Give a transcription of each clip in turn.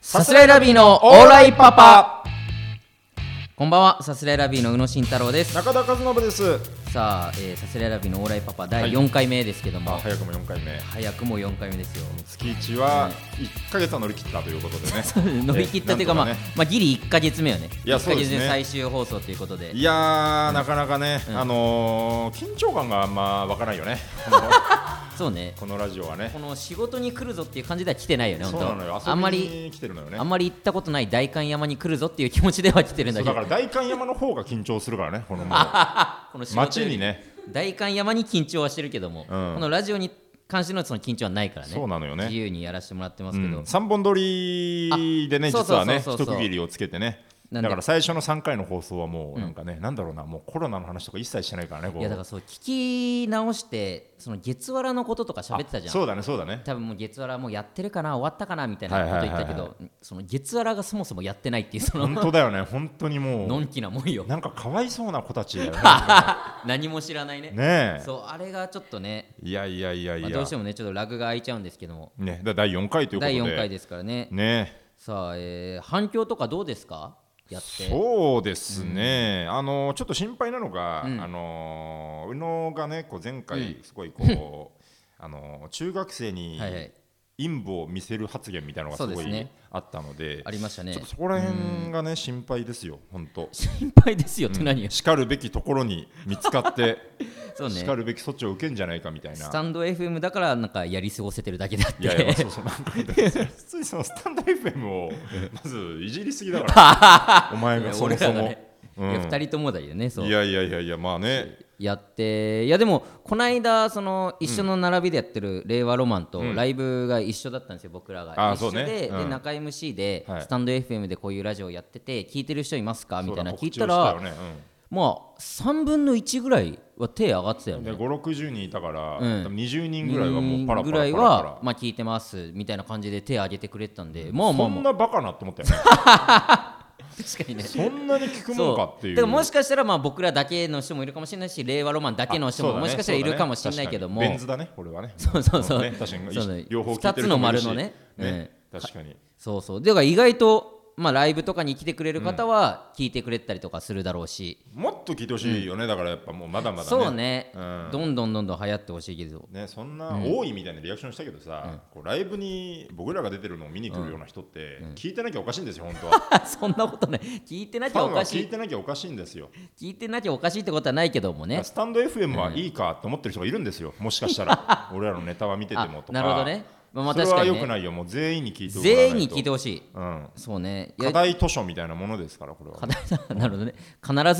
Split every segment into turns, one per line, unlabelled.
さすらいラビーのオーライパパこんばんはさすらいラビーの宇野慎太郎です
中田和信です
さあ、えー、さすらいラビーのオーライパパ第4回目ですけども、
あ早くも4回目
早くも4回目です よ
月1は1か月は乗り切ったということで ね
乗り切ったというか,、
えー
ま
な
あ
んと
まあギリ1か月目よね
いや
1ヶ
そうで
月
すね
目最終放送ということで
いやー、なかなかね、あのー緊張感があんまわからない よねこの
そうね
このラジオはね
この仕事に来るぞっていう感じでは来てないよね本
そう
当
なのよ
あんま
遊び
り
に来てるのよね
あんまり行ったことない代官山に来るぞっていう気持ちでは来てるんだ
そう
けど
だから代官山の方が緊張するからねこのもう
この仕事
街
より
にね
代官山に緊張はしてるけども、
うん
このラジオに関してのその緊張はないからね
そうなのよね
自由にやらせてもらってま
う
すけど、
ん、3本撮りでね
あそうそう
実
そう
はね
そう
一
そう
区切りをつけてね
な
だ
んで
から最初の3回の放送はもうなんかね、なんだろうなもうコロナの話とか一切してないからねこう
いやだからそう聞き直してその月わらのこととか喋ってたじゃん
そうだねそうだね
多分もう月わらもうやってるかな終わったかなみたいなこと言ったけど、
はいはいは
その月わらがそもそもやってないっていうその
本当だよね本当にもう
のんきなもんよ
なんかかわいそうな子たちだ よね。
何も知らないね
ねえ。
そうあれがちょっとね、
いやいやいやい
まあ、
や。
どうしてもねちょっとラグが空いちゃうんですけども
ね、だ第四回ということ
第
で。
4回ですからね
ねえ。
さあ、えー反響とかどうですかやって
そうですね、あのちょっと心配なのが、
うん
あの宇野がねこう前回すごいこ う、あの中学生に
はいはい
陰部を見せる発言みたいなのがす
そ
ご
うです
い
ね
あったので
ありましたね
ちょっとそこら辺がね心配ですよ本当
心配ですよって 何よ、
しかるべきところに見つかって、
そうね
しかるべき措置を受けんじゃないかみたいな
スタンド FM だからなんかやり過ごせてるだけだって
いやいや、そうそう、なんか、普通にそのスタンド FM を、まずいじりすぎ だから、お前がそも
俺
そ
らが
も
ね。
う
いや二
ん
人ともだよねそう
いやいやいやいや、まあね、
やっていやでもこの間その一緒の並びでやってる令和ロマンと
ん
ライブが一緒だったんですよ僕らが
あー
一緒
そうね
で
う
で
ん
中 MC で
はい
スタンド FM でこういうラジオやってて聞いてる人いますかみたいな
そうだ
聞いた
告
ら
知をしたよね
まあ3分の1ぐらいは手上がってたよ
うん
ね
で、5、60人いたから、
うん
多分20人ぐらいはもうパラパ
ぐ
ラ
ら
パラ
い
パ
は
ラ。
まあ聞いてますみたいな感じで手挙げてくれてたんでまあまあ
そ
ま
ん
あ
なバカなって思ったよね。
確かにね
そんなに聞くもんかってい
だ
う。
からもしかしたらまあ僕らだけの人もいるかもしれないし令和ロマンだけの人も
あそうだね
もしかしたらいるかもしれないけども
そうだねベンズだね、これはね。
そうそうそう
ね確かに
そうだね
両方聞いてる人もいるし
二つの丸のね
ね、確かに。
そうそうだから意外とまあライブとかに来てくれる方は聞いてくれたりとかするだろうし、
もっと聞いてほしいよね、だからやっぱもうまだまだね。
そうね、
うん
どんどんどんどん流行ってほしいけど
ね、そんな多いみたいなリアクションしたけどさ、こうライブに僕らが出てるのを見に来るような人って、聞いてなきゃおかしいんですよ、本 当は。
そんなことない聞いてな
フ
きゃ
ァ
お
ンは
かし
聞い
い
てなきゃおかしいんですよ。
聞いてなきゃおかしいってことはないけどもね
スタンド FM はいいかと思ってる人がいるんですよ、もしかし たら。俺らのネタは見てて
あ
もとか。
なるほどねまあまあ
それ
確か
は
に、
良
ね
くないよ、もう全員に聞いてもらわないと
全員に聞いてほしい
うん。
そうねいや
課題図書みたいなものですから、これは。
課題だなるほどね必ず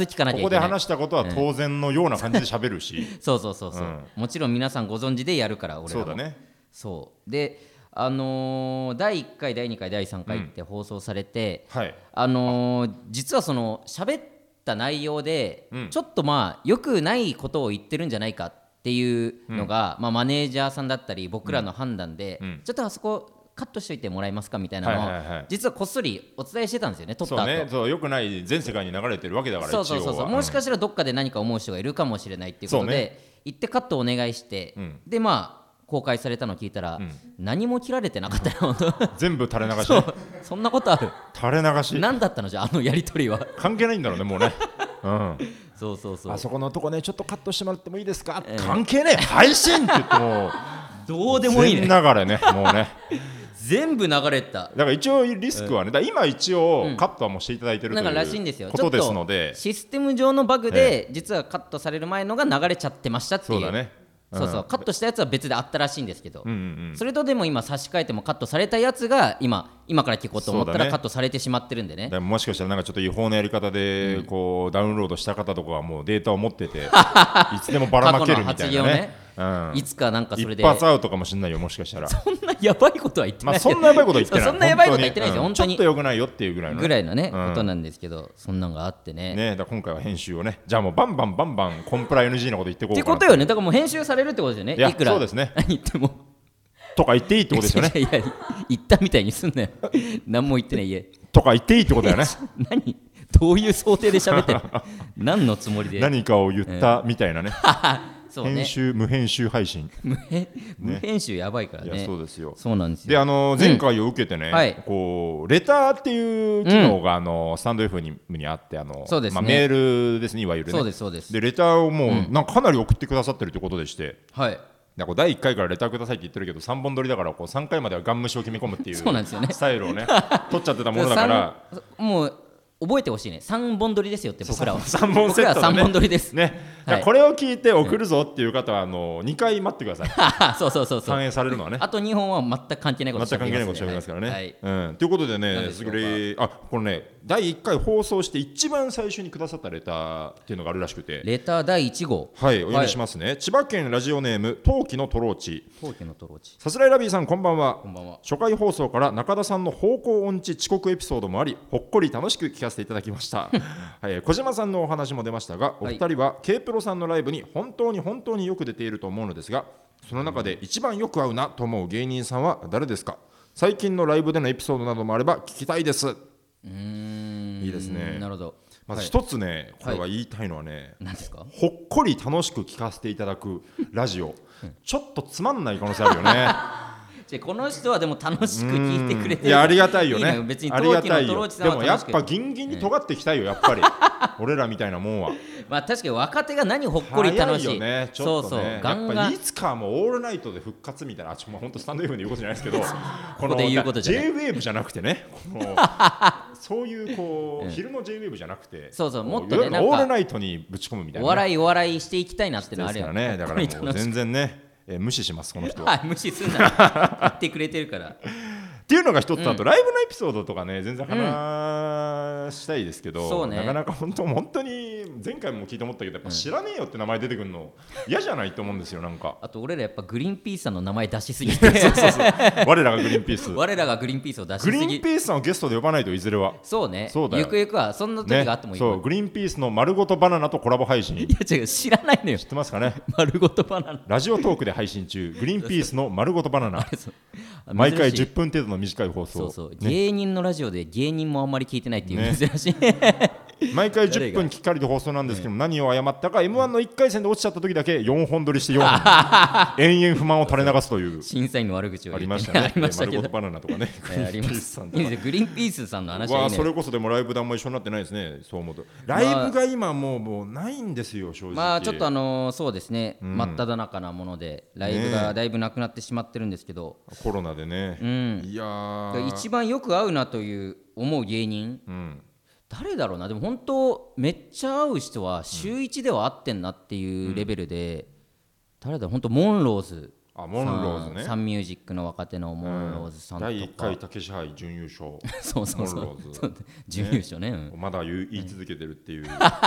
聞かなきゃ
こ
い
こ
け
で
ない
話したことは当然のような感じで喋る し、
そうそうそうそう、
うん
もちろん皆さんご存知でやるから俺ら
そ
も
うだね。
そうであのー第1回第2回第3回って放送されて、
はい。
あのー実はその喋った内容で、
うん
ちょっとまあ良くないことを言ってるんじゃないかっていうのが、まあ、マネージャーさんだったり僕らの判断で、
うん
ちょっとあそこカットしといてもらえますかみたいなのを、
はいはいはい
実はこっそりお伝えしてたんですよね撮った
そう
後
ね、そう良くない全世界に流れてるわけだから、一応
そう
は。
そうそうそう、
ん
もしかしたらどっかで何か思う人がいるかもしれないっていうことで、
そう
行ってカットお願いして、
うん
でまあ公開されたのを聞いたら、何も切られてなかった よ
全部垂れ流し
そ
ね。
うそんなことある
垂れ流し。
何だったのじゃああのやり取りは
関係ないんだろうねも うね、うん、
そうそうそう
あそこのとこねちょっとカットしてもらってもいいですか、関係ねえ配信って言ってもう
どうでもいいね
全流れねもうね
全部流れた
だから一応リスクはね、だから今一応カットはもうしていただいてると
ないん
う、
からしいんですよ
ことですの
ち
で
ょっとシステム上のバグで、実はカットされる前のが流れちゃってましたっていう
そうだね、ん
そうそうカットしたやつは別であったらしいんですけど、
うんうん
それとでも今差し替えてもカットされたやつが今今から聞こうと思った
そうだ
ら
ね
カットされてしまってるんでね
だからもしかしたらなんかちょっと違法なやり方で、こうダウンロードした方とかはもうデータを持っ てていつでもばらまけるみたいなね
過いつかなんか
う
そ
ん、
れ
一
で
発アウトかもしれないよもしかしたら
そんなやばいことは言って
ま
ない
あ
けど
そんなやばいことは言ってない
そうそんなやばいことは言ってないですよ
本
本
当
当
にうん
に
ちょっとよくないよっていうぐらいのね
ぐらいのね
うん
ことなんですけどそんなのがあってね
ね、だから今回は編集をね、じゃあもうバンバンバンバンコンプラ NG なこと言ってこ
っ
う
て
かな
ことよねだからもう編集されるってことですよね
いや
いくら
そうですね
何言っても
とか言っていいってことですよ ね。
いやいや言ったみたいにすんなよ何も言ってない家
とか言っていいってことだよね。
何 どういう想定で喋ってんの何のつもりで
何かを言ったみたいなね。
そう
編
ね
集無編集配信
無編無編集やばいから
いや
ね
そうですよ
そうなんです
で
よ
あの前回を受けてね、
はい
こうレターっていう機能が、あのスタンド F ににあってあの
そうですね
まあ、メールですねいわゆるね
そうですそうです
レターをもう、なんかかなり送ってくださってるということでして
はい
なんかこう第1回からレターくださいって言ってるけど3本撮りだからこう3回まではガン虫を決め込むっていう
そうなんですよね
スタイル をね取っちゃってたものだから
三もう覚えてほしいね3本撮りですよって僕らは
三本
僕
セ
らは
ットのね
3本撮りです、
ね、だからこれを聞いて送るぞっていう方はあの2回待ってください
そうそう そうそう
反映されるのはね
あと2本は全く関係ないこ
全
と
く関係ないことしゃべりますからね。うん、ということで
なん
ね、
でし
す
ょう
ぐ
か
れあこれね、第1回放送して一番最初にくださったレターっていうのがあるらしくて、
レター第1号
はい、お読みしますね、千葉県ラジオネーム、陶器のトローチ、
当家のトローチ
さすらいラビーさん、こんばんは
こ。んばんは
初回放送から中田さんの方向音痴遅刻エピソードもありほっこり楽しく聞かせていただき ました、はい、小島さんのお話も出ましたがお
は
二
い
人は K プロさんのライブに本当に本当によく出ていると思うのですがその中で一番よく合うなと思う芸人さんは誰ですか最近のライブでのエピソードなどもあれば聞きたいです
うーん
いいですね
なるほど
まず
はい
一つね、これは言いたいのはね、
何ですか
ほっこり楽しく聞かせていただくラジオ、ちょっとつまんない可能性あるよね
じゃあこの人はでも楽しく聞いてくれてる
いやありがたいよね
いいの別に
あり
陶
が
器
た
の
い
トロ
よ
ーチさ
で
んは
もやっぱ
楽し
ギンギンに尖っていきたいよやっ ぱり俺らみたいなもんは
く まあ確かに若手が何ほっこ
早
り楽
い
しい
よねち
そ
ょ
う
っ
そ
と
う
ね
ガ
や
ン
っ
ガ
ぱ
ン
いつかもうオールナイトで復活みたいなあちょもう本当スタンド F で言うことじゃないで すけどこ
こで言うことじゃない
J-WAVE じゃなくてねこ のそういうこう昼の J-WAVE じゃなくて
そうそう
こ
もっとね
いわゆる
なんか
オールナイトにぶち込むみたい
お
な
笑いお笑いしていきたいなっての
で
はあ
す
る
か
よ
らねだから
ほっこり
もう
楽し
全然ねえー無視しますこ の人
く
は
はい無視すんな言ってくれてるから
っていうのが一つとあと、ライブのエピソードとかね全然話したいですけど、
そうね
なかなか本当本当に前回も聞いて思ったけどやっぱ知らねえよって名前出てくるの嫌じゃないと思うんですよなん か
あと俺らやっぱグリーンピースさんの名前出しすぎ て
我らがグリーンピースグ
我らがグリーンピースを出しす
リーン
ぎ
ピースさんをゲストで呼ばないといずれは、
そうね
そうだよ
ゆくゆくはそんな時
ね
があってもいいか
そ
も
うグリーンピースの丸ごとバナナとコラボ配信知
いや違う知らないのよ
ってます かね
丸ごとバナナ
ラジオトークで配信中グリーンピースの丸ごとバ ナナ
あ
毎回
珍しい
10分程度の短い放送
そうそう、
ね
芸人のラジオで芸人もあんまり聞いてないっていう
ね
珍しい、
毎回10分きっかりで放送なんですけど、何を謝ったか m 1の1回戦で落ちちゃった時だけ4本撮りして4本 延々不満を垂れ流すという
審査員の悪口を
あり
言って
ましたね
ありましたけど
丸ごとバナナとかねグ
え
リ
ーあ
ー
り
ン
ま
ピース
す
さ
い
ん
い
とか
ですよグリーンピースさんの話
わ
は
あ
いい
そ
ね
れこそでもライブであんま一緒になってないですねそう思うとライブが今もうもうないんですよ正直
まあちょっとあのーそうですね、真っ只中なものでライブ
ね
が
え
だいぶなくなってしまってるんですけど、
コロナでね、
ん
いや
だから
ー
一番よく合うなという思う芸人
うん
誰だろうなでも本当めっちゃ合う人は週1では合ってんなっていうレベルで、誰だろう本当モンローズ
あモンローズね
サンミュージックの若手のモンローズさんとか、
第1回竹支配準優勝
そう そうそ
モ
う
ンローズ
そう準優勝ねうん
まだ言う言い続けてるっていう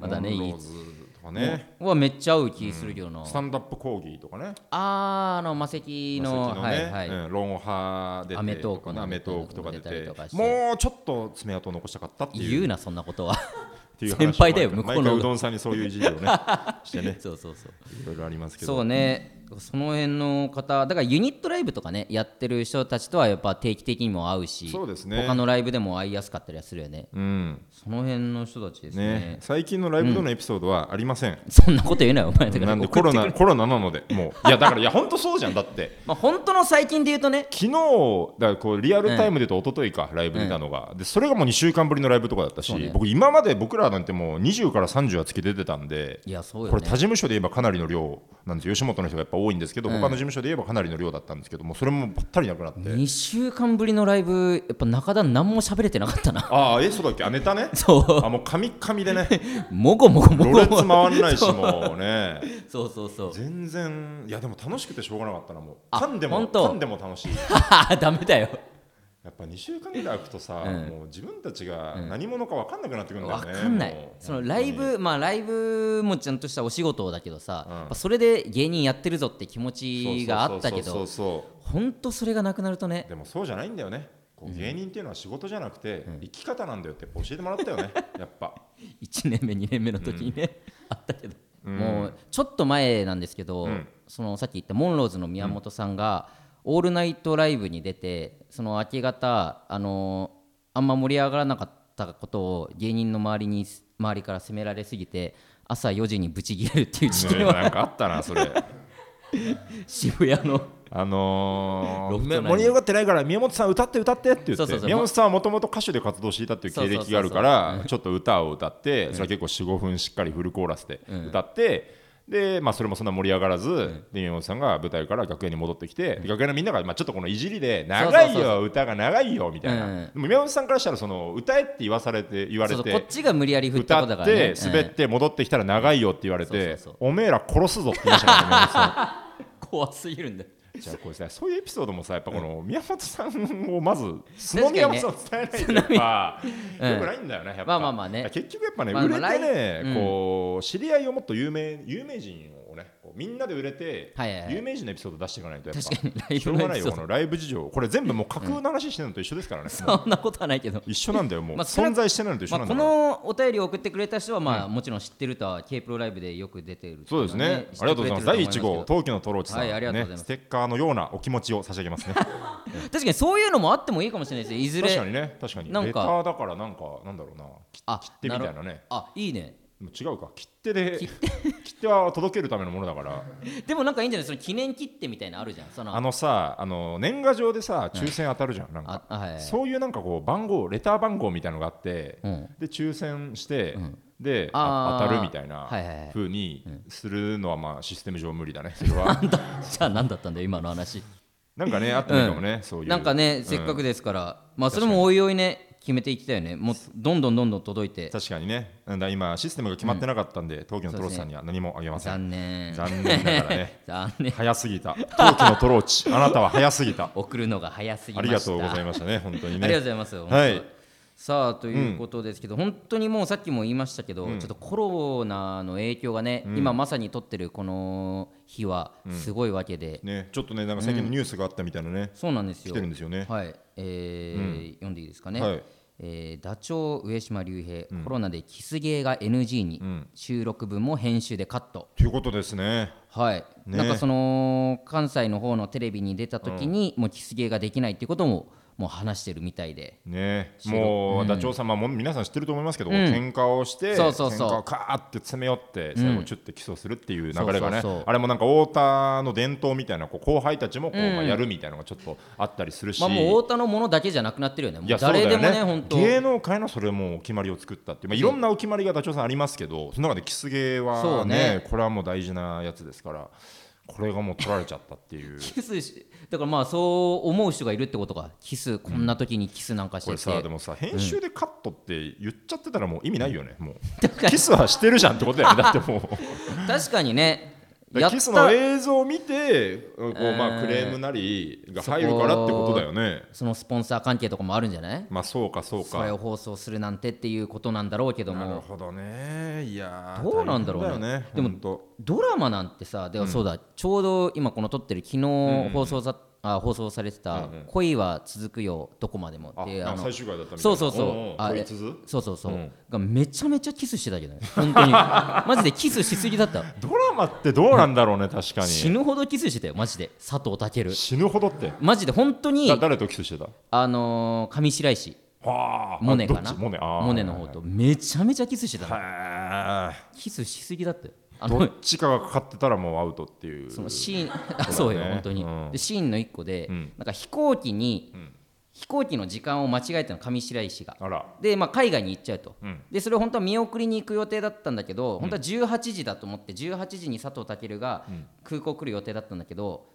まだね
モンローズとかね
うわめっちゃ合う気するけどな、
スタンドアップ講義とかね
あーあの魔石の
のね、
はいはい、
うん、ロンハー出て
アメトーークの
アメトークとか出
出たり
て
とかして
もうちょっと爪痕を残したかったっていう
言うなそんなことは
っていう話
先輩だよ
毎
向
回
こうの
毎回うどんさんにそういういじりをね してね
そうそうそう
いろいろありますけど
そうねその辺の方だからユニットライブとかねやってる人たちとはやっぱ定期的にも会うし
そうですね
他のライブでも会いやすかったりはするよね
うん
その辺の人たちですね
ね、最近のライブでのエピソードはありません、
そんなこと言うなよお前だから
なんで
送
コ
って
ロ
くる
ナコロナなのでもういやだからいや本当そうじゃんだって
まあ本当の最近で言うとね
昨日だからこうリアルタイムで言うと一昨日か、ライブ出たのが、でそれがもう2週間ぶりのライブとかだったし、
そうね
僕今まで僕らなんてもう20から30はつけて出てたんで
いやそうよ
これ
ね
他事務所で言えばかなりの量なんですよ吉本の人がやっぱ多いんですけど、他の事務所で言えばかなりの量だったんですけどもうそれもばったりなくなって、
2週間ぶりのライブやっぱ中田何も喋れてなかったな
ああえそうだっけあネタね
そ
あもう神々でね
うもごもご も
ろ
ご
れ
も
つ回んないしもうね
そうそうそう
全然いやでも楽しくてしょうがなかったなもう
あ
噛んでも
本当
噛んでも楽しい
あダメだよ
やっぱ2週間ぐらい空くとさ、
うん
もう自分たちが何者か分かんなくなってくるんだよ
わ
ね、
かんない
もう
そのライブまあライブもちゃんとしたお仕事だけどさ、
うん
やっぱそれで芸人やってるぞって気持
そう
ちがあったけ
そうそう
ど
そうそ
本当それがなくなるとね
うでもそうじゃないんだよねこう芸人っていうのは仕事じゃなくて、生き方なんだよってやっぱ教えてもらったよねやっぱ
1年目2年目の時にね、あったけど、もうちょっと前なんですけど、
ん
そのさっき言ったモンローズの宮本さんが、オールナイトライブに出てその明け方、あのーあんま盛り上がらなかったことを芸人の周りに周りから責められすぎて朝4時にブチギレるっていう事件は
なんかあったなそれ
渋谷の
あの
ロフト
ー、
ナイ
め
ン
盛り上がってないから宮本さん歌って歌ってって言って
そうそうそう
宮本さんはもともと歌手で活動していたっていう経歴があるからちょっと歌を歌ってそれは結構45分しっかりフルコーラスで歌って、でまあ、それもそんな盛り上がらず、で宮本さんが舞台から楽屋に戻ってきて、楽屋のみんなが、まあ、ちょっとこのいじりで
そう
長いよ
そうそ
歌が長いよみたいな、
うん
でも宮本さんからしたらその歌えって言わされて言われ
そう
て
そうこっちが無理やり振った
歌
ことだ
っ
からね
て滑って戻ってきたら長いよって言われ
うんそう
て
そう
おめえら殺すぞって言いましたからね宮本さん
うん怖すぎるんだよ
じゃあこれさそういうエピソードもさやっぱこの宮本さんをまず素の宮本さんを伝えないとやっぱ、
うん
よくないんだよねやっぱ
まあまあまあね
結局やっぱね、
まあまあ
売れて
ライブ
ね、こう知り合いをもっと有名有名人をねこうみんなで売れて、
はいはいはい
有名人のエピソード出していかないとやっぱ
確かにライ
しょ
ブ
う
の
がな
エ
い
ピ
よ
ソー
このライブ事情これ全部もう架空の話してるのと一緒ですからね、も
ドそんなことはないけど
う一緒なんだよもう、
まあそれ
存在してないのと一緒
ま
な
あ、こ
んだから、
のお便りを送ってくれた人は、まあもちろん知ってるとは K プロライブでよく出てるってい
そうですねありがとうございます第1号
とは
東京のトローチさん、
はいありがとうござい
ね
ます
ステッカーのようなお気持ちを差し上げま すね
知ってくれてると思いますけど確かにそういうのもあってもいいかもしれないですねいず
確か
れ
にね確かに
なんか
レターだからなんかなんだろうな切
あ
手みたい
る
なね
あいいね
もう違うか切手で切手は届けるためのものだから
でもなんかいいんじゃないその記念切手みたいなのあるじゃんその
あのさあの年賀状でさ抽選当たるじゃんなん
あ
か
あはい
そういうなんかこう番号レター番号みたいのがあって
うん
で抽選して
ん
で
あー
あ当たるみたいな
はいはいはい
風にするのはまあシステム上無理だねそれ は
じゃあ何だったんだよ今の話
なんかねあってもいいかもねそういう
なんかねせっかくですから、まあそれもおいおいね決めていきたいよねもうどんどんどんどん届いて
確かにねなんだ今システムが決まってなかったんで東京のトローチさんには何もあげません
残念
残念ながらね
残念
早すぎた。陶器のトローチ、あなたは早すぎた。
送るのが早すぎ
あ
ま
り
した
がとうございましたね、本当に
ありが
ね。
とうございます。
はい
本当さあということですけど、本当にもうさっきも言いましたけど、ちょっとコロナの影響がね、今まさに取ってるこの日はすごいわけで、
ね、ちょっとね、なんか最近のニュースがあったみたいなね、
そうなんですよ。
来てるんですよね。
はい、えー読んでいいですかね。
はい
えーダチョウ上島竜兵、コロナでキスゲーが NG に、収録分も編集でカット、
ということですね。
はい
ね
なんかその関西の方のテレビに出た時に、もうキスゲーができないっていうことももう話してるみたいで、
ね、もう、ダチョウ様も皆さん知ってると思いますけど、喧嘩をして、
そうそうそう
喧嘩をカーって詰め寄って、最後チュッて起訴するっていう流れが
そ
ね、
うそうそう
あれもなんか太田の伝統みたいな、こう後輩たちもこう、まあやるみたいなのがちょっとあったりするし。
まあ、もう太田のものだけじゃなくなってるよね。も
いや
う誰でもね、
そうだよ
本当。
芸能界のそれもお決まりを作ったっていう、まあ、いろんなお決まりがダチョウさんありますけどその中でキスゲー
そ
は
う
ね
ね
これはもう大事なやつですからこれがもう取られちゃったっ ていう
キスし、だからまあそう思う人がいるってことか。キス、こんな時にキスなんかし
こ
て
れ
て。
さでもさ編集でカットって言っちゃってたらもう意味ないよね、もうキスはしてるじゃんってことだよねだって もう
確かにね、
だから
やっ
キスの
た
映像を見てこう、まあ、クレームなりが入るからってことだよね
そのスポンサー関係とかもあるんじゃない
まあそうかそう
それを
か
放送するなんてっていうことなんだろうけど
なる
も、
ほどねいやー
どうなんだろうね
大変よね
でも
ほんと
ドラマなんてさ、でもそうだ、ちょうど今この撮ってる昨日放送さ、あ放送されてた、恋は続くよどこまでも
あ
っていう
な
あ
んか
の
最終回だったみたいな
そうそうそ
んん
うあ
こ
れ
いつず
そうそうそう、
うん
がめちゃめちゃキスしてたけどね本 当にマジでキスしすぎだった
ドラマってどうなんだろうね、確かに。
死ぬほどキスしてたよマジで佐藤健
死ぬほどって。
マジで本当に
だ誰とキスしてた
あのー上白石
はあ。
モネかな
あどっちモネあー
モネの方とめちゃめちゃキスしてたの
へ
キスしすぎだったよあ
ーど
の
っちかがかかってたらもうアウトっていう。
そのシーンあ そうよ
ね
本当に、
うん
でシーンの一個で、
ん
なんか飛行機に、飛行機の時間を間違えたの上白石が
あら。
で、まあ、海外に行っちゃうと、
うん
でそれを本当は見送りに行く予定だったんだけど、本当は18時だと思って18時に佐藤健が空港来る予定だったんだけど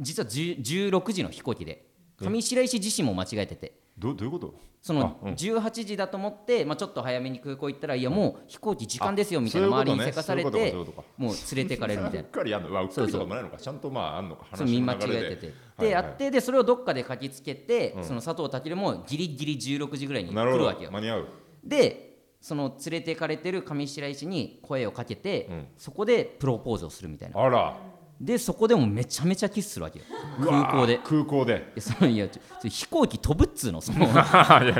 実は10 16時の飛行機で上白石自身も間違えてて。
どどういうこと
その18時だと思って、まあ、ちょっと早めに空港行ったらいやもう飛行機時間ですよみたいな
あそういう
周
こと
り
ね
にせかされ
そういう
て
ことかそういうことか
もう連れてかれるみたいな
うっかりやんのうわうっかりとかもないのかちゃんとまああんのか
それ見間違
流れ
えてて。
はい
で、
は
あ
い
ってでそれをどっかで書きつけて、その佐藤健もギリギリ16時ぐらいに
な
来
るほ
るわけ
ど。
よ。
間に合う。
でその連れてかれてる上白石に声をかけて、
ん
そこでプロポーズをするみたいな
あら。
でそこでもめちゃめちゃキスするわけよ
うわ
空港でい
空港で。
やそのいやちょちょ飛行機飛ぶっつうのそ の
いや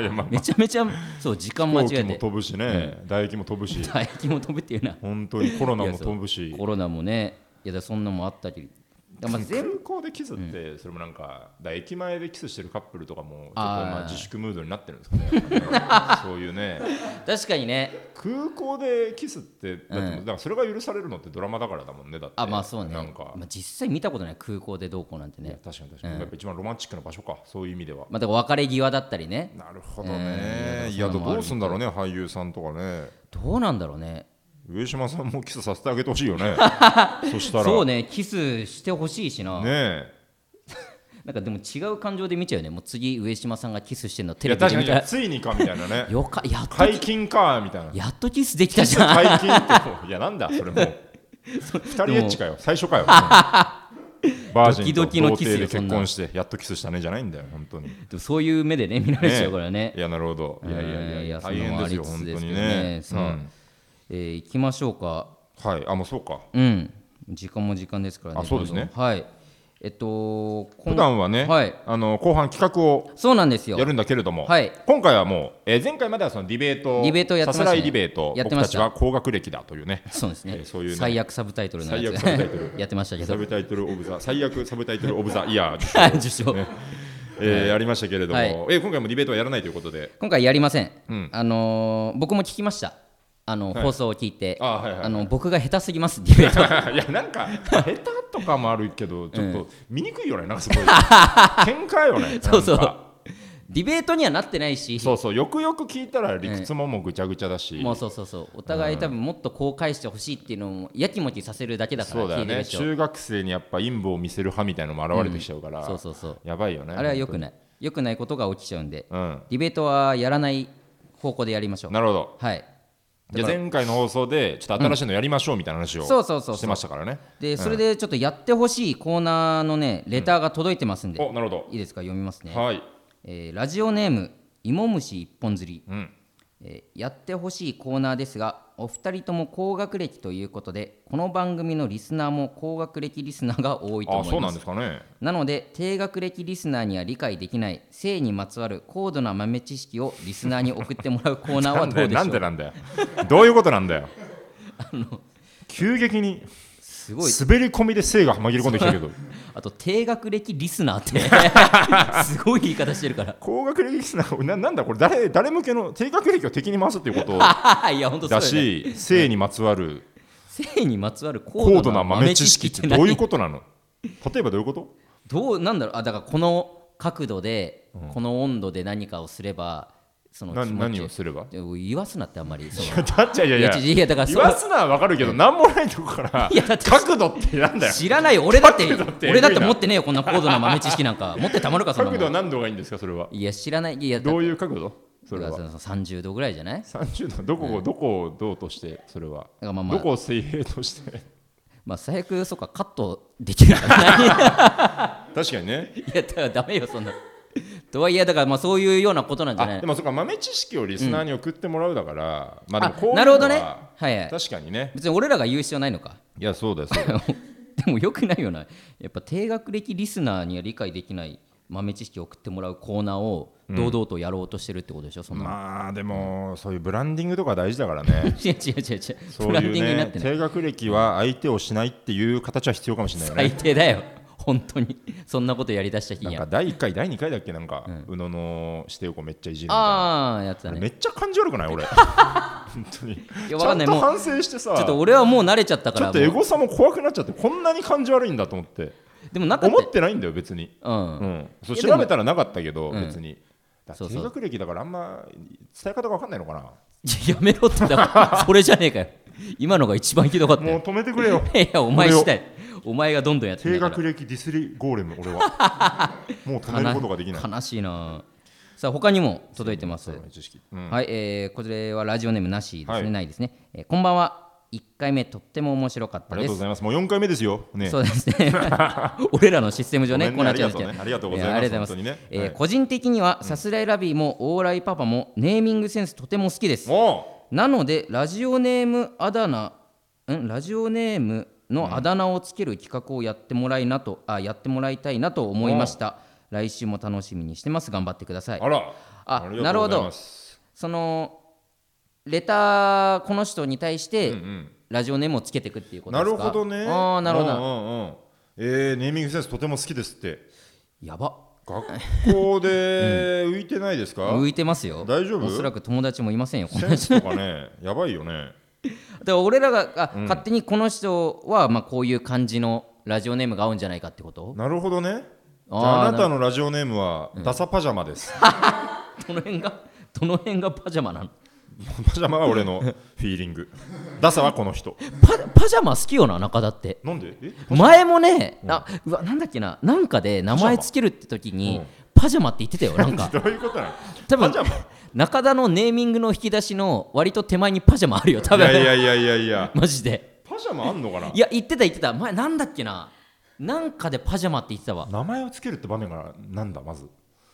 いや、まあ、
めちゃめちゃそう時間間違
飛行
え
機も
て
飛ぶしね、唾液も飛ぶし、
唾液も飛ぶっていうな
本当にコロナも飛ぶし
コ。ロナもねいやだからそんなのもあったけどだからまあ全
空
部
港でキスってそれもなんかだから駅前でキスしてるカップルとかもちょっと
あー
まあ自粛ムードになってるんです かねそういうね
確かにね
空港でキスってだっても
うん
うだからそれが許されるのってドラマだからだもんねだって
あまあそうね
なんか
まあ、実際見たことない空港でどうこうなんてね、
確かに確かに
うん
やっぱ一番ロマンチックな場所かそういう意味では
まあ、だから別れ際だったりね
なるほど
う
ね
ん
いやどうすんだろうね俳優さんとかね
どうなんだろうね
上島さんもキスさせてあげてほしい よねそしたら
そう
ね
ねキスしてほしいしな、
え
なんかでも違う感情で見ちゃうよねもう次上島さんがキスしてんの
い
テレ
や
ビ
確
で
か
見た
に
ら
ついにかみたいなね
よかやっと
解禁かみたいな
やっとキスできたじゃん
解禁ってもうい やなんだそれもう二人エッチかよ最初かよバージンと
ドキドキの
童
キスよ
貞で
そん
結
な
婚してやっとキスしたねじゃないんだよ本当に
でもそういう目でね見られちゃうからね
いやなるほどいやいやいや
うんいや
大変ですよ
そんな
本
のもありつつです
当
け
に
どね
ね
さあえー行きましょうか
うんはいあもうそうか
うん時間も時間ですからね
あそうです
どん
ね
どんはいえっとこん
普段はね
はい
あの後半企画を
そうなんですよ
やるんだけれども、
はい
今回はもう、えー前回まではそのディベート
ディベートをやってましたね
さすらいディベート
やって
僕
ま
た
した
ちは高学歴だというね
そうですね
えーそういうね
最悪サブタイトルのやつ
最悪サブタイト ル
やってましたけど
サブタイトルオブザ最悪サブタイトルオブザイヤ ー
はい受賞
えーありましたけれども、
はい
えー今回もディベートはやらないということで
今回やりません、
うん
あのー僕も聞きましたあの、放送を聞いて
あはいはいはい
あの僕が下手すぎますディベート
いやなんか下手とかもあるけどちょっと見にくいよねなん かすごい喧嘩よね
そうそう
なんか
ディベートにはなってないし
そうそうよくよく聞いたら理屈ももうぐちゃぐちゃだし、
もうそうそうそうお互い多分もっとこう返してほしいっていうのをやきもきさせるだけだから
そう
聞
だよ
いてる
ね
でしょ
中学生にやっぱ陰部を見せる派みたいなのも現れてきちゃうから、
そうそうそう
やばいよね
あれは良く
ね
ない良くないことが起きちゃうんで
うん
ディベートはやらない方向でやりましょう
なるほど
はい
じゃあ前回の放送でちょっと新しいのやりましょうみたいな話を
そうそうそうそう
してましたからね。
でそれでちょっとやってほしいコーナーのねレターが届いてますんで、
おなるほ
いいですか読みますね、
ど。はい。
えーラジオネーム芋虫一本釣り、
うん。
えーやってほしいコーナーですがお二人とも高学歴ということでこの番組のリスナーも高学歴リスナーが多いと
あ
思
そ
いう
な
ま
ん
す
ですかね。
なので低学歴リスナーには理解できない性にまつわる高度な豆知識をリスナーに送ってもらうコーナー
な
は
ん
どうで
で
しょ
な
うん
でなんだよ。どういうことなんだ よ。急激に
すごい
滑り込みで性が紛れ込んできたけど、
あと低学歴リスナーってすごい言い方してるから
高学歴リスナーななんだこれ誰誰向けの低学歴を敵に回すっていうこと
いや本当そうだ,、
だ
ね、
し、性にまつわる
性にまつわる
高
高
度
度
な
な
豆
豆
知
知
識
識
っ
ってて
どういう
と
ことなの？例えばどういうこと？
どうなんだろうあだからこの角度で、この温度で何かをすればその
な
気持ち
何をすれば？
でも言わすなってあんまりその
いや だっちゃいやい
い
や
や。いやだからそ
言
の
わすのはわかるけど、なんもないとこから
いやだって
角度ってなんだよ。
知らない俺だって
角度って
俺だって持ってねえよこんな高度な豆知識なん か持ってたまるかそんなも
角度は
ん
何度がいいんですか、それは。
いや知らないいや
どう
う
いう角度それは。
30度ぐらいじゃないだか
30度、どこを、どこをどうとして、それは。
らまあま
ど
あ
こを水平として。
まあ最悪そうかカットできるからね
確かにね。
いやだからダメよそんなとはいえだからまあそういうようなことなんじゃな
あ
い
でもそっか、豆知識をリスナーに送ってもらうだから、まあでも
あ
こういうのは
なるほどねはいはい
確かにね。
別に俺らが言う必要ないのか
いや、そうです。
でもよくないよなやっぱ低学歴リスナーには理解できない豆知識を送ってもらうコーナーを堂々とやろうとしてるってことでしょ、そ んなの、
まあでも、そういうブランディングとか大事だからね。
違う違う違う違う
そ
ブ
う
ランディン
い
グに
う
な
ね
っ、てない
低学歴は相手をしないっていう形は必要かもしれないよね。
最低だよ本当にそんなことやりだした日
なん
に
か
は
第1回、第2回だっけ、なんか、宇野の指定をこうめっちゃいじるみたいな。
ああやつだ
め
ね
っちゃ感じ悪 くない俺本当に
いやわかんない
ちゃんと
もう
反省してさ
ちょっ
ち
と
ょ
俺はもう慣れちゃったから
っとエ
も
ゴさも怖くなっちゃってこんなに感じ悪いんだと思って
うでもなかっ
思ってないんだよ別に、
たうん、
うん、そう
いやでも
調べたらなかったけど、別にだ
そうそう
低学歴だからあんま伝え方が分かんないのかな、
いややめろってだからそれじゃねえかよ今のが一番ひどかった
もう
よ
止めて くれよ
いやお前次第お前がどんどんやってん
低
だから
学歴ディスリゴーレム俺は もう止めることができない
悲しいなさあ他にも届いてます、
そういう知識、うん
はい、えーこれはラジオネームなしですね、
はい
ないですね、えーこんばんは1回目とっても面白かっ
あ
た
りが
で
とうご
す
ざいますもう4回目ですよね
そうです ね俺らのシステム上ね
ごめ
こうな
んね
っちゃうんですけど
ありがとうねありがとうご
やありがと
ざいます
うございます
本当に
え
ね
ー
はい
個人的にはさすらいラビーもオーライパパもネーミングセンスとても好きです
も
なのでラジオネームあだ名んラジオネームのあだ名をつける企画をやってもらいなとあやってもらいたいなと思いました来週も楽しみにしてます頑張ってくださいう
あら
あ
りがとうございます
そのレターこの人に対して、
うん
ラジオネームをつけていくっていうこと
な
です
る
か
ほどね
ああなるほど
うんうんうんえーネーミングセンスとても好きですって
やば
学校で浮いてないですか、
浮いてますよ
大丈夫
おそらく友達もいませんよこん
セ
な
ンスとかねやばいよね
で俺らがあ、勝手にこの人は、まあ、こういう感じのラジオネームが合うんじゃないかってこと
なるほどねじ
あー
ゃああなたのラジオネームはダサパジャマです、
どの辺が どの辺がパジャマなの
パジャマは俺のフィーリングダサはこの人
パパジャマ好きよな中田って
なんでえ
前もね、あうわなんだっけななんかで名前つけるって時
う
に
ん
パジャマって言ってたよなんか
どういうことなの
多分
パジャマ
中田のネーミングの引き出しの割と手前にパジャマあるよ多
い
分
やいやいやいやいや
マジで
パジャマあんのかない
や言ってた言ってた前なんだっけななんかでパジャマって言ってたわ
名前をつけるって場面がなんだまず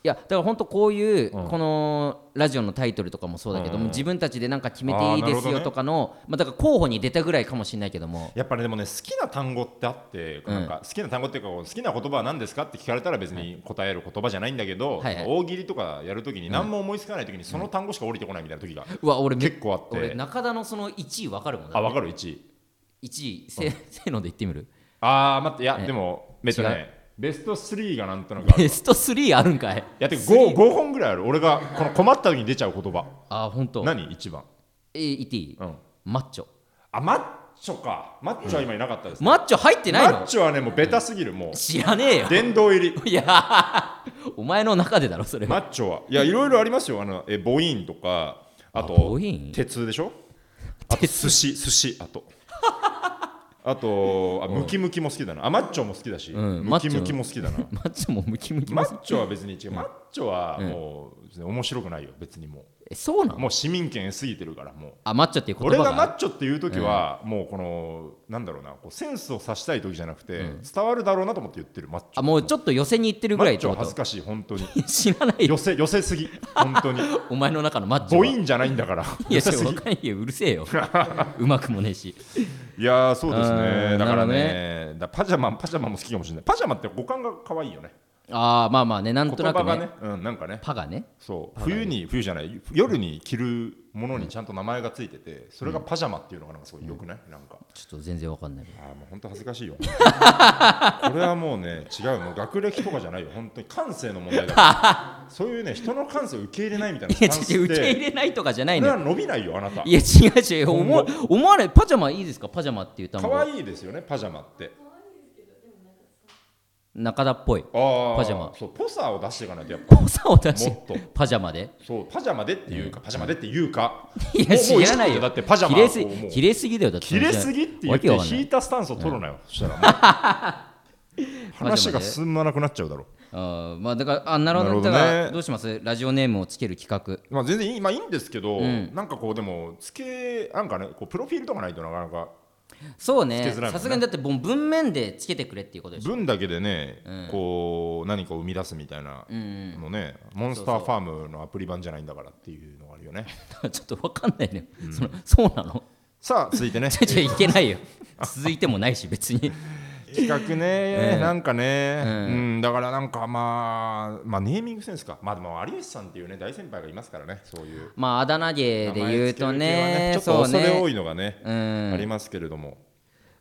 いやだから本当こういう、
ん
このラジオのタイトルとかもそうだけども、自分たちでなんか決めていい
あーな
で
るほ
す
ど
よ
ね
とかの、まあ、だから候補に出たぐらいかもしれないけども
やっぱりでもね好きな単語ってあってなんか好きな単語っていうかこう好きな言葉は何ですかって聞かれたら別に答える言葉じゃないんだけど、
はいはい
大喜利とかやるときに何も思いつかないときにその単語しか降りてこないみたいな時が
うわ俺め
結構あって、
俺中田のその1位わかるもん
あ
だ
分かる1位
1位せ,、せーので言ってみる
あー待っていや
え
でもめっちゃ
違
ねベスト3がなんとなくある
ベスト3あるんかい
いやてか
スリー
5, 本ぐらいある俺がこの困った時に出ちゃう言葉
あ本当
何一番、
えー言っていい、
うん、
マッチョ
あマッチョかマッチョは今いなかったです、
マッチョ入ってない
マッ
の
チョはねもうベタすぎるもう
知らねえよ
殿堂入り
いやーお前の中でだろそれ
マッチョはいやいろいろありますよあのえ母音とかあ
あ母
と
音
鉄でしょあと
鉄
寿司寿司あ とあとあムキムキも好きだなあマッチョも好きだし、
うん
ムキムキも好きだな
マッチョもムキムキ
マ
も
ッチョは別に違う、マッチョはもう、別に面白くないよ別にも
えそうな
う
の
もう市民権過ぎてるからもう
あマッチョっていう言
俺
葉
がマ
が
ッチョっていう時は、もうこのなんだろうなこうセンスを指したい時じゃなくて、伝わるだろうなと思って言ってるマッチョ
あもうちょっと寄せに行ってるぐ
マ
らいっ
ッ
て
チョ
こ
恥
と
ずかしい本当に
知らないよ
寄せ寄せすぎ本当に
お前の中のマッチョ
母
は
音じゃないんだから
いや
寄
そ
せ
れ
すぎ
わかんないようるせえ ようまくもねえし
いやーそうです
う
ね
ん
だから
な
ねだパジャマパジャマも好きかもしれないパジャマって五感が可愛いよね
ああまあまあねなんと
言
な
葉
く
が
ね
ねうん、なんかね
パがね
そう冬に冬じゃない夜に着るものにちゃんと名前がついててそれがパジャマっていうのがなんかすごいよくない、なんか
ちょっと全然わかんない
あーもう本当恥ずかしいよ。これはもうね違うの学歴とかじゃないよ本当に感性の問題だから。そういうね人の感性を受け入れないみたいないス
や
タン
ち
ス
ょ
っ
受け入
て
れないとかじゃない
これ
の
は
よ
伸びないよあなた
い。や違う違う
今
思
後
わ思わないパジャマいいですかパジャマっていう単
可
語
愛いですよねパジャマって。
中田っぽい
ああ
パジャマ
そうポサを出していかないとやっ ぱ。
ポサを出し
もっと
パジャマで
そうパジャマでっていうかパジャマでっていうか。
い
も
や
う
知らない
もう
よ
だってパジャマ
綺麗すぎ
をもう
綺麗すぎだよだって
切れすぎって言
わ
って
けわかんな
引
い
いたスタンスを取るなよ。そしたらもう 話が進まなくなっちゃうだろう。
あーまあだからあなるほど
なるほどね
だからどうしますラジオネームをつける企画
まあ、全然いい,、まあ、いいんですけど、なんかこうでもつけなんかねこうプロフィールとかないとなかなか
そう
つけ
ね
づらいもんね
さすがにだってもう文面でつけてくれっていうことでしょ
文だけでね、こう何かを生み出すみたいなのね、モンスターファームのアプリ版じゃないんだからっていうのがあるよね
ちょっとわかんないね、そのそうなの
さあ続いてね
ちょちょいけないよ続いてもないし別 に
企画ね、なんかね、うんだからなんかまあまあネーミングセンスかまあでも有吉さんっていうね大先輩がいますからねそういう
まああだ名芸で言うとね
名前つける系はねちょっと
そう
恐れ
ね
多いのがね
うん
ありますけれども、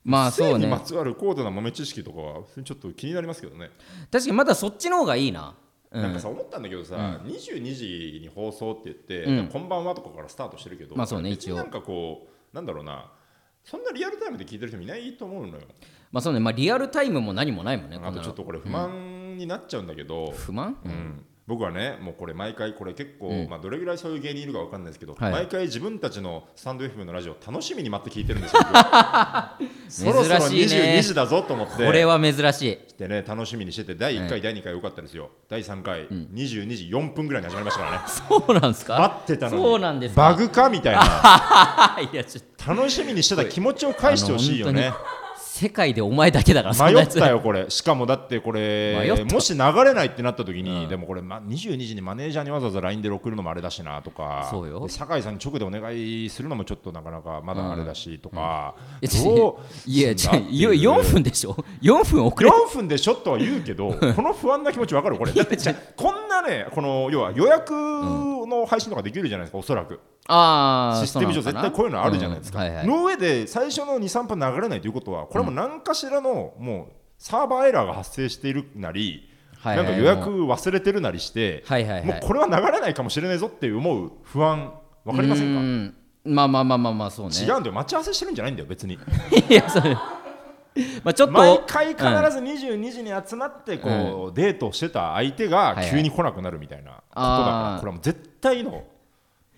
まあそう
性に
ね
まつわる高度な豆知識とかはちょっと気になりますけどね
確かにまだそっちの方がいいなうん
なんかさ思ったんだけどさ、22時に放送って言って、
うん
こんばんはとかからスタートしてるけど、
まあそうね
別に
一応
なんかこうなんだろうなそんなリアルタイムで聞いてる人もいないと思うのよ
まあそうねまあリアルタイムも何もないもんねこ
あ
ん
と
な
ちょっ
の
とこれ不満になっちゃうんだけど、
不満
うん僕はねもうこれ毎回これ結構、まあ、どれぐらいそういう芸人いるかわかんないですけど、
はい
毎回自分たちのスタンド FM のラジオ楽しみに待って聞いてるんですよ そろそろ
珍しいね
22時だぞと思って
これは珍しい
でね楽しみにしてて第1回、第2回良かったですよ第3回、22時4分ぐらいに始まりましたからね
そうなんですか
待ってたのに
そうなんですか
バグかみたいな
あいやちょっと
楽しみにしてた気持ちを返してほしいよ
あ
ね
の本当に世界でお前だけだからそんな
迷
や
っ
つ
たよこれしかもだってこ
迷った
れもし流れないってなった時に、でもこれ、ま、22時にマネージャーにわざわざ LINE で送るのもあれだしなとか
そうよ
で酒井さんに直でお願いするのもちょっとなかなかまだあれだしとか、
いやちょ
どう
いやち
すんだ
ょ
って
よ
いう
4分でしょ4分遅れ
4分でしょとは言 うけどこの不安な気持ちわかるこれだってじゃあこんなねこの要は予約の配信とかできるじゃないですかおそらく
ああ
システム上絶対こういうのあるじゃないですか。
はいはい
の上で最初の23分流れないということはこれも何かしらのもうサーバーエラーが発生しているなり、
はい
な
は
ん
い
か予約忘れてるなりして、
はいはいはい
もうこれは流れないかもしれないぞって思う不安わかりませんか、
うんまあまあまあまあまあそうね
違うんだよ待ち合わせしてるんじゃないんだよ別に
いや そうまあちょっと
毎回必ず
うん
22時に集まってこう、デートしてた相手が
はいはい
急に来なくなるみたいなことだから、
あー
これはもう絶対の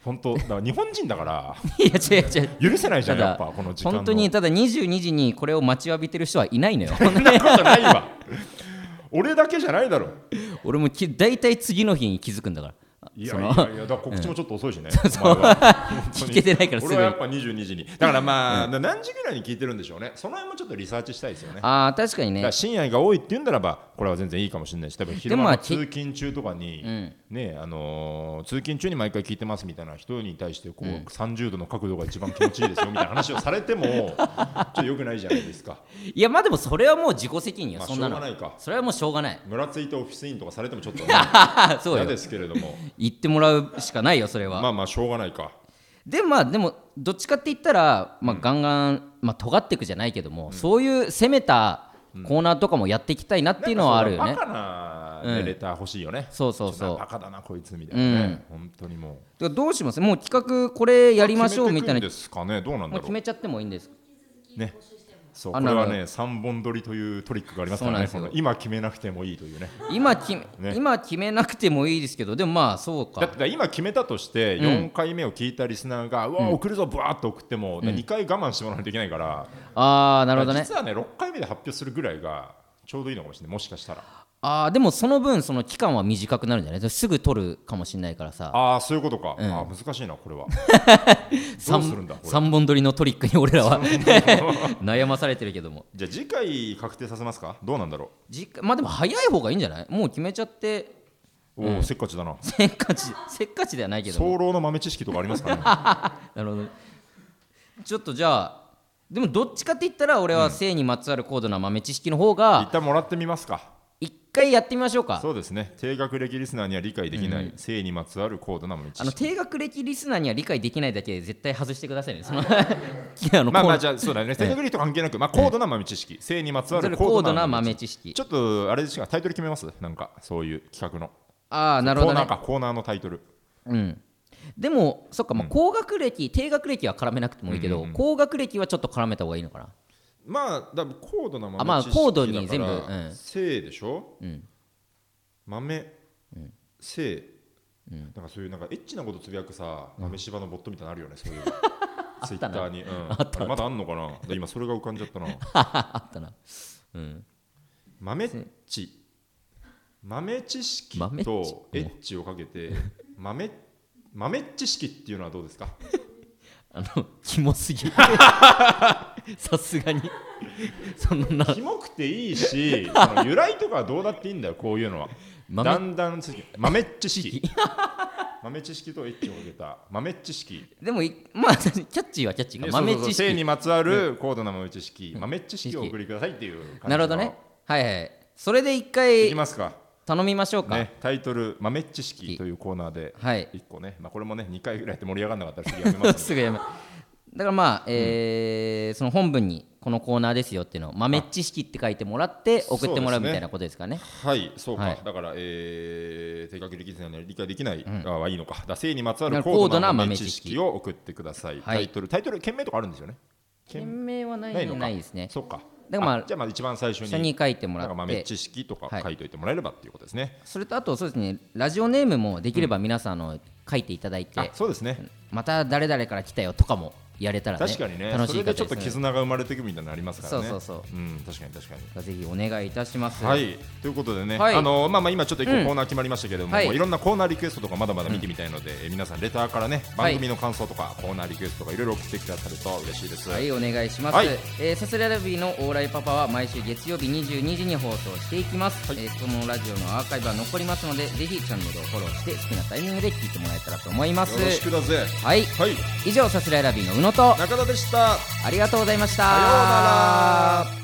本当だから日本人だから
いや違う違う
許せないじゃ
た
んや
だ
っぱこの時間の
本当にただ22時にこれを待ちわびてる人はいない のよ
そんなことないわ 俺だけじゃないだろ
俺もき大体次の日に気づくんだから
いや
そ
い
の
やいやだから告知もちょっと遅 いしね、お前は本当に
聞けてないからすぐ
俺はやっぱ22時にだからまあ、な何時ぐらいに聞いてるんでしょうねその辺もちょっとリサーチしたいですよねだか
あー確かにね
ら深夜が多いって言うんならばこれは全然いいかもしれないし多分
で
昼間
もま
の
あ
通勤中とかに、ねあのー通勤中に毎回聞いてますみたいな人に対してこう、30度の角度が一番気持ちいいですよみたいな話をされ てもちょっと良くないじゃないですか
いやまあでもそれはもう自己責任よ、
まあ
そんなの
しょうがないか
それはもうしょうが ない
ムラついてオフィスインとかされてもちょっとね、
ああそう
嫌
よ
ですけれども
言ってもらうしかないよそれは、
まあまあしょうがないか
でもまあでもどっちかって言ったら、まあ、ガンガン、まあ、尖っていくじゃないけども、そういう攻めたコーナーとかもやっていきたいなっていうのはあるよね
なんかそのバカな、ねレター欲しいよね。
そうそうそう
ちょっとバカだなこいつみたいなね。本当にも
だからどうしますもう企画これ
う。
やりましょうみたいな
決めてくんですかね。どうなん
も
だ
う
ろ
決
う。
めちゃってもいいんです
ね。そうこ
あ
れは
なる
ね三本取りというトリックがありますか
そうな
ら
ん
ね。
ですよ
この今決めなくてもいいというね。
今き、
ね
今決めなくてもいいですけどでもまあそう
だっ
か
て今決めたとして4回目を聞いたリスナーが、うわ送るぞブワーっと送っても、二2回我慢してもらわないといけないから、
ああなるほどね
実はね6回目で発表するぐらいがちょうどいいのかもしれないもしかしたら
ああでもその分その期間は短くなるんじゃないすぐ取るかもしれないからさ
ああそういうことか、あー難しいなこれはどうするんだこれ
3本取りのトリックに俺らは 悩まされてるけども
じゃあ次回確定させますかどうなんだろ
じまあでも早い方がいいんじゃないもう決めちゃって
うおお、せっかちだな
せっかちせっかちではないけども
早漏の豆知識とかありま すかね
なるほどちょっとじゃあでもどっちかって言ったら俺は性にまつわる高度な豆知識の方
一
が
旦もらってみますか
一回やってみましょうか
そうですね低学歴リスナーには理解できない性にまつわる高度な豆知
あの
識
低学歴リスナーには理解できないだけで絶対外してくださいねその あの
まあまあ
高
じゃあそうだね低学歴と関係なくまあ高度な豆知識性にまつわる
高
高
度
度
な
な豆知
豆知識
識ちょっとあれですかタイトル決めますなんかそういう企画の
ああなる
コ
ほ
ー
ど
ナ
ね
ーかコーナーのタイトル
うんでもそっかまあ高学歴低学歴は絡めなくてもいいけど高学歴はちょっと絡めた方がいいのかな
まあだ高度な
あまあ
豆知識だから
高度に全部うん
性でしょ
うん
豆性なんかそういうなんかエッチなことつぶやくさ豆柴のボットみたいなのあるよ ねそういうツイッターにうんあれまだあんのかなで今それが浮かんじゃったな
あったなうん
豆知豆知識
豆知
とエッチをかけて豆豆知識っていうのはど うですか
あのキモす ぎるさすがにそんな
キモくていいしその由来とかはどうだっていいんだよこういうのは
豆
だんだんつ豆 知識豆知識とエッチをかけた豆知識
でもいまあキャッチーはキャッチーか
ね
豆
そうそうそう
知
性に
識
まつわる高度な豆知識、豆知識をお送りくださいっていう感じの
なるほどねはいはいそれで一
いき
回
ますか、
頼みましょうか
ね、タイトル「豆知識」というコーナーで
はい
一個ね、まあ、これもね2回ぐらいやって盛り上がらなかったら次やめま す
すぐやめだからまあ、えーその本文にこのコーナーですよっていうのを豆知識って書いてもらって送ってもらうみたいなことですかね
はいそうか、
はい
だから、えー、定格できないので理解できない、あはいいのかだ性にまつわ
なる
る
ほど
高度な
高度な豆
豆
知
知
識
識を送ってください、
はい
タイトルタイトル件名とかあるんですよね
件名はない
ないのか
ないですね
そうか
だからまあ
じゃあまあ一番最初
一緒
に
に書いても
な
ら
んか
っ
豆
て
知識とか
はい
書いておいてもらえればっていうことですね、
それとあとそうですねラジオネームもできれば皆さんあの書いていただいて、
あそうですね、
また誰々から来たよとかもやれたらね
確かにね
楽
そ
しい
れ
か
でちょっと絆が生まれていくみたいなのありますからね
そうそうそ
うん、確かに確かに
ぜひお願いいたします
はいということでね、
はい
あのまあまあ今ちょっと一個
うん
コーナー決まりましたけれども、
はい
い、ろんなコーナーリクエストとかまだまだ見てみたいので、えー皆さんレターからね
はい
番組の感想とか、コーナーリクエストとかいろいろ送ってくださると嬉しいです、
はいお願いします、
はい
えーサスレラビーのオーライパパは毎週月曜日22時に放送していきます、
はい
えーこのラジオのアーカイブは残りますのでぜひチャンネルをフォローして好きなタイミングで聞いてもらえたらと思います
よろしくだぜ
はい
はい
以上サスレラビーの宇野と
中田でした
ありがとうございました
さようなら